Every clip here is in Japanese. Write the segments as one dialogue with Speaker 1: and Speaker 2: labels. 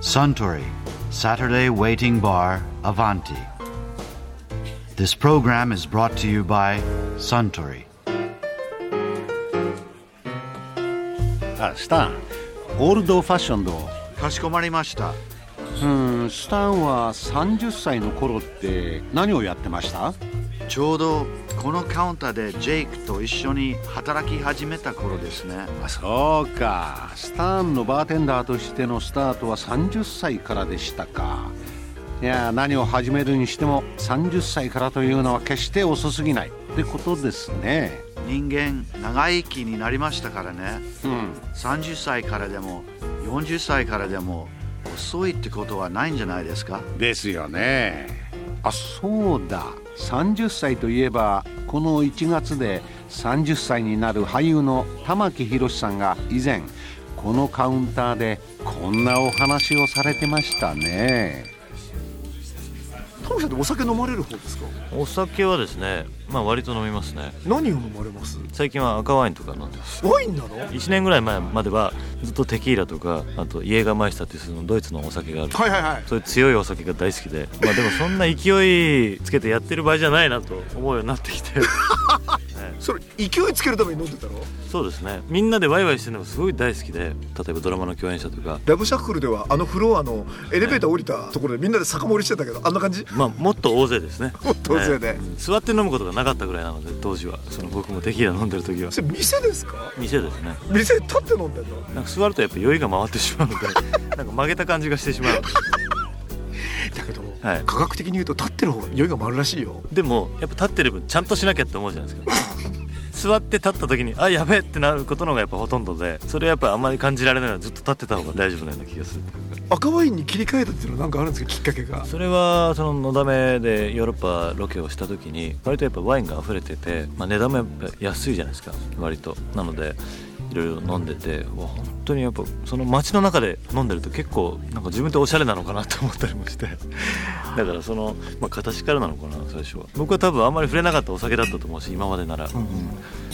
Speaker 1: Suntory, Saturday Waiting Bar, Avanti. This program is brought to you by Suntory.
Speaker 2: あスタンオールドファッションド
Speaker 1: かしこまりました。
Speaker 2: うんスタンは30歳の頃って何をやってました
Speaker 1: ちょうどこのカウンターでジェイクと一緒に働き始めた頃ですね
Speaker 2: あそうかスタンのバーテンダーとしてのスタートは30歳からでしたかいや何を始めるにしても30歳からというのは決して遅すぎないってことですね
Speaker 1: 人間長生きになりましたからね
Speaker 2: うん
Speaker 1: 30歳からでも40歳からでも遅いってことはないんじゃないですか
Speaker 2: ですよねあそうだ30歳といえばこの1月で30歳になる俳優の玉木宏さんが以前このカウンターでこんなお話をされてましたね
Speaker 3: タモさんってお酒飲まれる方ですか
Speaker 4: お酒はですねまあ割と飲みますね
Speaker 3: 何を飲まれます
Speaker 4: 最近は赤ワインとか飲んでます
Speaker 3: ワインなのはい
Speaker 4: 1年ぐらい前まではずっとテキーラとかあとイエーガーマイスターっていうそのドイツのお酒がある
Speaker 3: はいはい
Speaker 4: そういう強いお酒が大好きでまあでもそんな勢いつけてやってる場合じゃないなと思うようになって きて
Speaker 3: それ勢いつけるために飲んでたの
Speaker 4: そうですねみんなでワイワイしてるのがすごい大好きで例えばドラマの共演者とか
Speaker 3: ラブシャッフルではあのフロアのエレベーター降りたところでみんなで酒盛りしてたけどあんな感じ
Speaker 4: まあもっと大勢ですね
Speaker 3: もっと大勢で
Speaker 4: ええ座って飲むことがなかったぐらいなので当時はその僕もテキーラ飲んでる時は
Speaker 3: それ店ですか
Speaker 4: 店ですね
Speaker 3: 店立って飲んでんの
Speaker 4: なんか座るとやっぱ酔いが回ってしまうので なんか曲げた感じがしてしまう
Speaker 3: だけど、
Speaker 4: はい
Speaker 3: 科学的に言うと立ってる方が酔いが回るらしいよ
Speaker 4: でもやっぱ立ってる分ちゃんとしなきゃって思うじゃないですか座って立った時にあやべえってなることの方がやっぱほとんどでそれはやっぱあんまり感じられないのはずっと立ってた方が大丈夫なような気がする
Speaker 3: 赤ワインに切り替えたっていうのはなんかあるんですかきっかけが
Speaker 4: それはそののだめでヨーロッパロケをした時に割とやっぱワインが溢れてて、まあ、値段もやっぱ安いじゃないですか割となのでいろいろ飲んでてうわ本当にやっぱその街の中で飲んでると結構なんか自分っておしゃれなのかなと思ったり もしてだからその、まあ、形からなのかな最初は僕は多分あんまり触れなかったお酒だったと思うし今までなら、で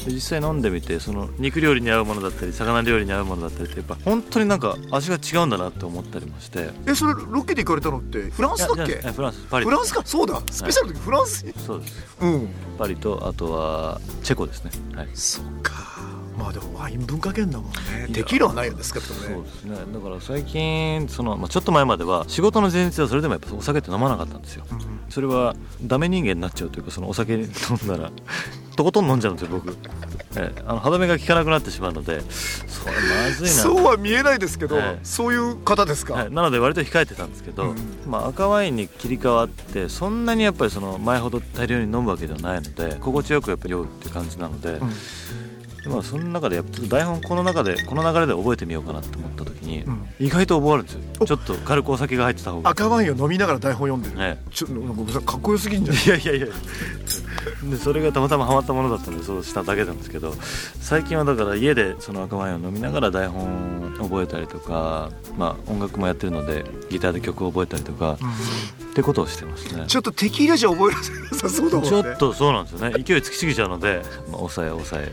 Speaker 4: 実際飲んでみてその肉料理に合うものだったり魚料理に合うものだったりってやっぱ本当になんか味が違うんだなって思ったりもして
Speaker 3: えそれロケで行かれたのってフランスだっ
Speaker 4: い
Speaker 3: け
Speaker 4: やいやフランスパリ
Speaker 3: フランスかそうだスペシャルの時フランスに
Speaker 4: そうです
Speaker 3: うん
Speaker 4: パリとあとはチェコですねはい
Speaker 3: そっかまあでもワイン文化圏だもんねテキーラはないよね少なくともね
Speaker 4: そうですねだから最近その、まあ、ちょっと前までは仕事の前日はそれでもやっぱお酒って飲まなかったんですよそれはダメ人間になっちゃうというかそのお酒飲んだ らとことん飲んじゃうんですよ僕、ええあの歯止めが効かなくなってしまうのでそれまずいな
Speaker 3: そうは見えないですけど、
Speaker 4: はい
Speaker 3: そういう方ですか、
Speaker 4: はい、なので割と控えてたんですけど、
Speaker 3: うん
Speaker 4: まあ、赤ワインに切り替わってそんなにやっぱりその前ほど大量に飲むわけではないので心地よくやっぱり酔うっていう感じなので、まあ、その中でやっぱちょっと台本この中でこの流れで覚えてみようかなと思った時に、
Speaker 3: ん
Speaker 4: 意外と覚わるんです
Speaker 3: お
Speaker 4: よちょっと軽くお酒が入ってた方が。
Speaker 3: 赤ワインを飲みながら台本読んでる、
Speaker 4: ね
Speaker 3: ちょっとなんかかっこよすぎん じゃない
Speaker 4: いやいやいやでそれがたまたまハマったものだったのでそうしただけなんですけど最近はだから家でその赤ワインを飲みながら台本を覚えたりとか、まあ、音楽もやってるのでギターで曲を覚えたりとか、ってことをしてますね
Speaker 3: ちょっとテキーラじゃ覚えられなさそうだもんね
Speaker 4: ちょっとそうなんですよね勢いつきすぎちゃう ので、まあ、抑え抑え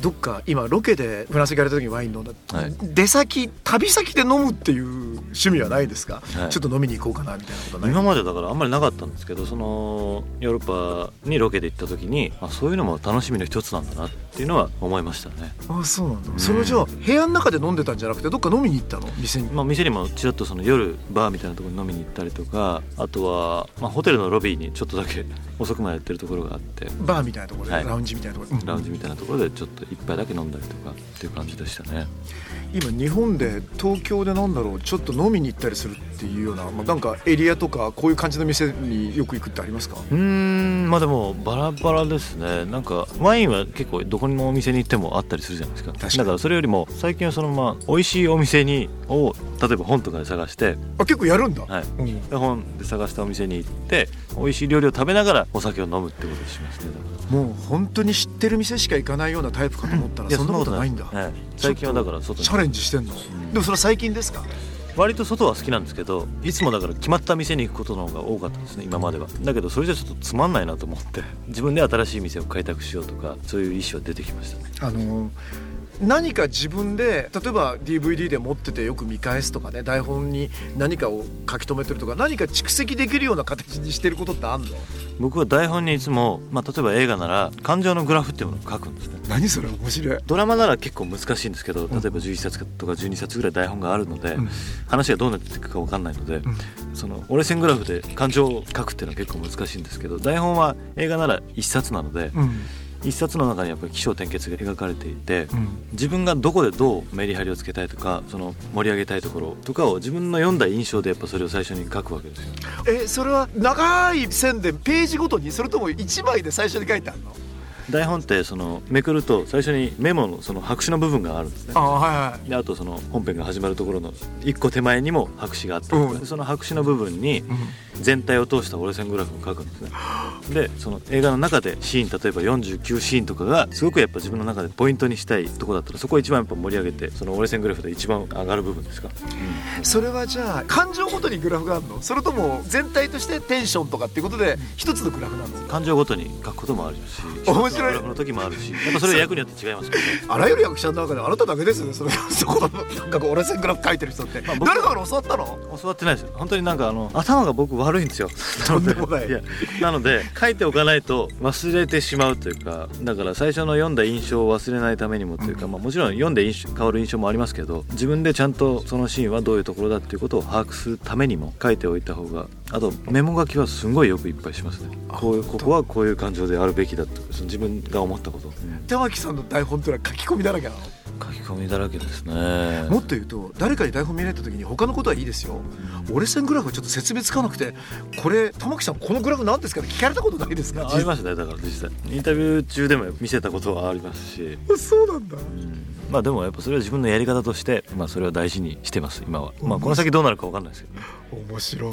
Speaker 3: どっか今ロケでフランス行かれた時にワイン飲んだ、
Speaker 4: はい
Speaker 3: 出先旅先で飲むっていう趣味はないですか、
Speaker 4: はい
Speaker 3: ちょっと飲みに行こうかなみたいなことはない
Speaker 4: 今までだからあんまりなかったんですけどそのヨーロッパにロケで行った時に、まあ、そういうのも楽しみの一つなんだなっていうのは思いましたね、
Speaker 3: あそうなんだ、それじゃあ部屋の中で飲んでたんじゃなくてどっか飲みに行ったの店に
Speaker 4: まあ、店にもちらっとその夜バーみたいなところに飲みに行ったりとかあとは、まあ、ホテルのロビーにちょっとだけ遅くまでやってるところがあって
Speaker 3: バーみたいなところで、
Speaker 4: はい
Speaker 3: ラウンジみたいなところで、うん
Speaker 4: ラウンジみたいなところでちょっと一杯だけ飲んだりとかっていう感じでしたね
Speaker 3: 今日本で東京でなんだろうちょっと飲みに行ったりするっていうような、まあ、なんかエリアとかこういう感じの店によく行くってありますか
Speaker 4: うーんまあでもバラバラですねなんかワインは結構どこのお店に行ってもあったりするじゃないですか
Speaker 3: かに
Speaker 4: だからそれよりも最近はそのまあ美味しいお店にを例えば本とかで探して
Speaker 3: あ結構やるんだ、
Speaker 4: はい
Speaker 3: うん
Speaker 4: 本で探したお店に行って美味しい料理を食べながらお酒を飲むってことをしますねだから
Speaker 3: もう本当に知ってる店しか行かないようなタイプかと思ったらそんなことないんだ、
Speaker 4: はい最近はだから外に
Speaker 3: チャレンジしてんの、でもそれは最近ですか
Speaker 4: 割と外は好きなんですけどいつもだから決まった店に行くことの方が多かったんですね今まではだけどそれじゃちょっとつまんないなと思って自分で新しい店を開拓しようとかそういう意思は出てきましたね
Speaker 3: あの何か自分で例えば DVD で持っててよく見返すとかね台本に何かを書き留めてるとか何か蓄積できるような形にしてることってあんの
Speaker 4: 僕は台本にいつも、まあ、例えば映画なら感情のグラフっていうものを書くんですね
Speaker 3: 何それ面白い
Speaker 4: ドラマなら結構難しいんですけど例えば11冊とか12冊ぐらい台本があるので、話がどうなっていくか分かんないので、その折れ線グラフで感情を書くっていうのは結構難しいんですけど台本は映画なら1冊なので、
Speaker 3: うん
Speaker 4: 一冊の中にやっぱり起承転結が描かれていて、
Speaker 3: ん
Speaker 4: 自分がどこでどうメリハリをつけたいとかその盛り上げたいところとかを自分の読んだ印象でやっぱそれを最初に書くわけですよ
Speaker 3: えそれは長い線でページごとにそれとも1枚で最初に書いてあるの
Speaker 4: 台本ってそのめくると最初にメモのその白紙の部分があるんですね
Speaker 3: あはいは
Speaker 4: であとその本編が始まるところの一個手前にも白紙があって、
Speaker 3: うん
Speaker 4: その白紙の部分に全体を通した折れ線グラフを書くんですねでその映画の中でシーン例えば49シーンとかがすごくやっぱ自分の中でポイントにしたいとこだったらそこを一番やっぱ盛り上げてその折れ線グラフで一番上がる部分ですか
Speaker 3: それはじゃあ感情ごとにグラフがあるのそれとも全体としてテンションとかっていうことで一つのグラフなの
Speaker 4: 感情ごとに書くこともあるし
Speaker 3: 面白い
Speaker 4: 一つのグラフの時もあるしやっぱそれは役によって違いますけど
Speaker 3: あらゆる役者の中であなただけですよねその そこのなんかこう折れ線グラフ書いてる人って、
Speaker 4: 僕
Speaker 3: 誰から教わったの
Speaker 4: 教わってないですよ本当になんかあの頭が僕悪いんですよ
Speaker 3: とんでもない
Speaker 4: やなので書いておかないと忘れてしまうというかだから最初の読んだ印象を忘れないためにもというか、まあ、もちろん読んで印象変わる印象もありますけど自分でちゃんとそのシーンはどういうところだっていうことを把握するためにも書いておいた方があとメモ書きはすごいよくいっぱいしますねこういうここはこういう感情であるべきだとかその自分が思ったこと、
Speaker 3: 玉木さんの台本ってのは書き込みだらけなの
Speaker 4: 書き込みだらけですね
Speaker 3: もっと言うと誰かに台本見られた時に他のことはいいですよ折れ線グラフはちょっと説明つかなくてこれ玉木さんこのグラフ何ですかって聞かれたことないですか
Speaker 4: ありましたねだから実際インタビュー中でも見せたことはありますし
Speaker 3: 実 そうなんだ
Speaker 4: まあでもやっぱそれは自分のやり方として、まあ、それは大事にしてます今は、まあ、この先どうなるか分かんないですけどね
Speaker 3: 面白い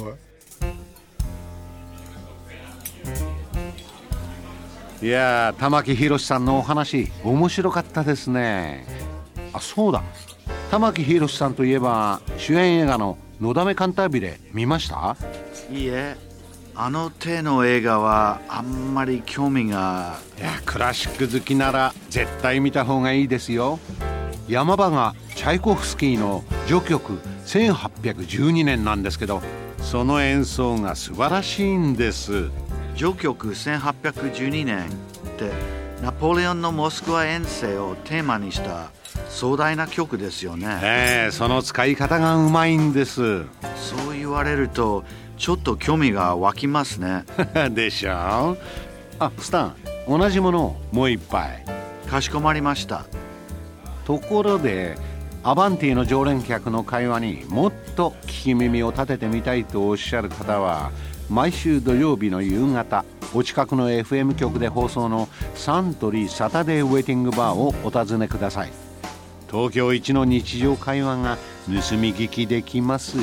Speaker 2: いやー玉木宏さんのお話面白かったですねあそうだ玉木宏さんといえば主演映画の「のだめカンタービレ」見ました
Speaker 1: いいえあの手の映画はあんまり興味が
Speaker 2: いやクラシック好きなら絶対見た方がいいですよ山場がチャイコフスキーの序曲1812年なんですけどその演奏が素晴らしいんです
Speaker 1: 序曲1812年ってナポレオンのモスクワ遠征をテーマにした壮大な曲ですよね
Speaker 2: ええその使い方がうまいんです
Speaker 1: そう言われるとちょっと興味が湧きますね
Speaker 2: でしょあスタン同じものをもう一杯
Speaker 1: かしこまりました
Speaker 2: ところでアバンティの常連客の会話にもっと聞き耳を立ててみたいとおっしゃる方は毎週土曜日の夕方お近くの FM 局で放送のサントリーサタデーウェイティングバーをお尋ねください東京一の日常会話が盗み聞きできますよ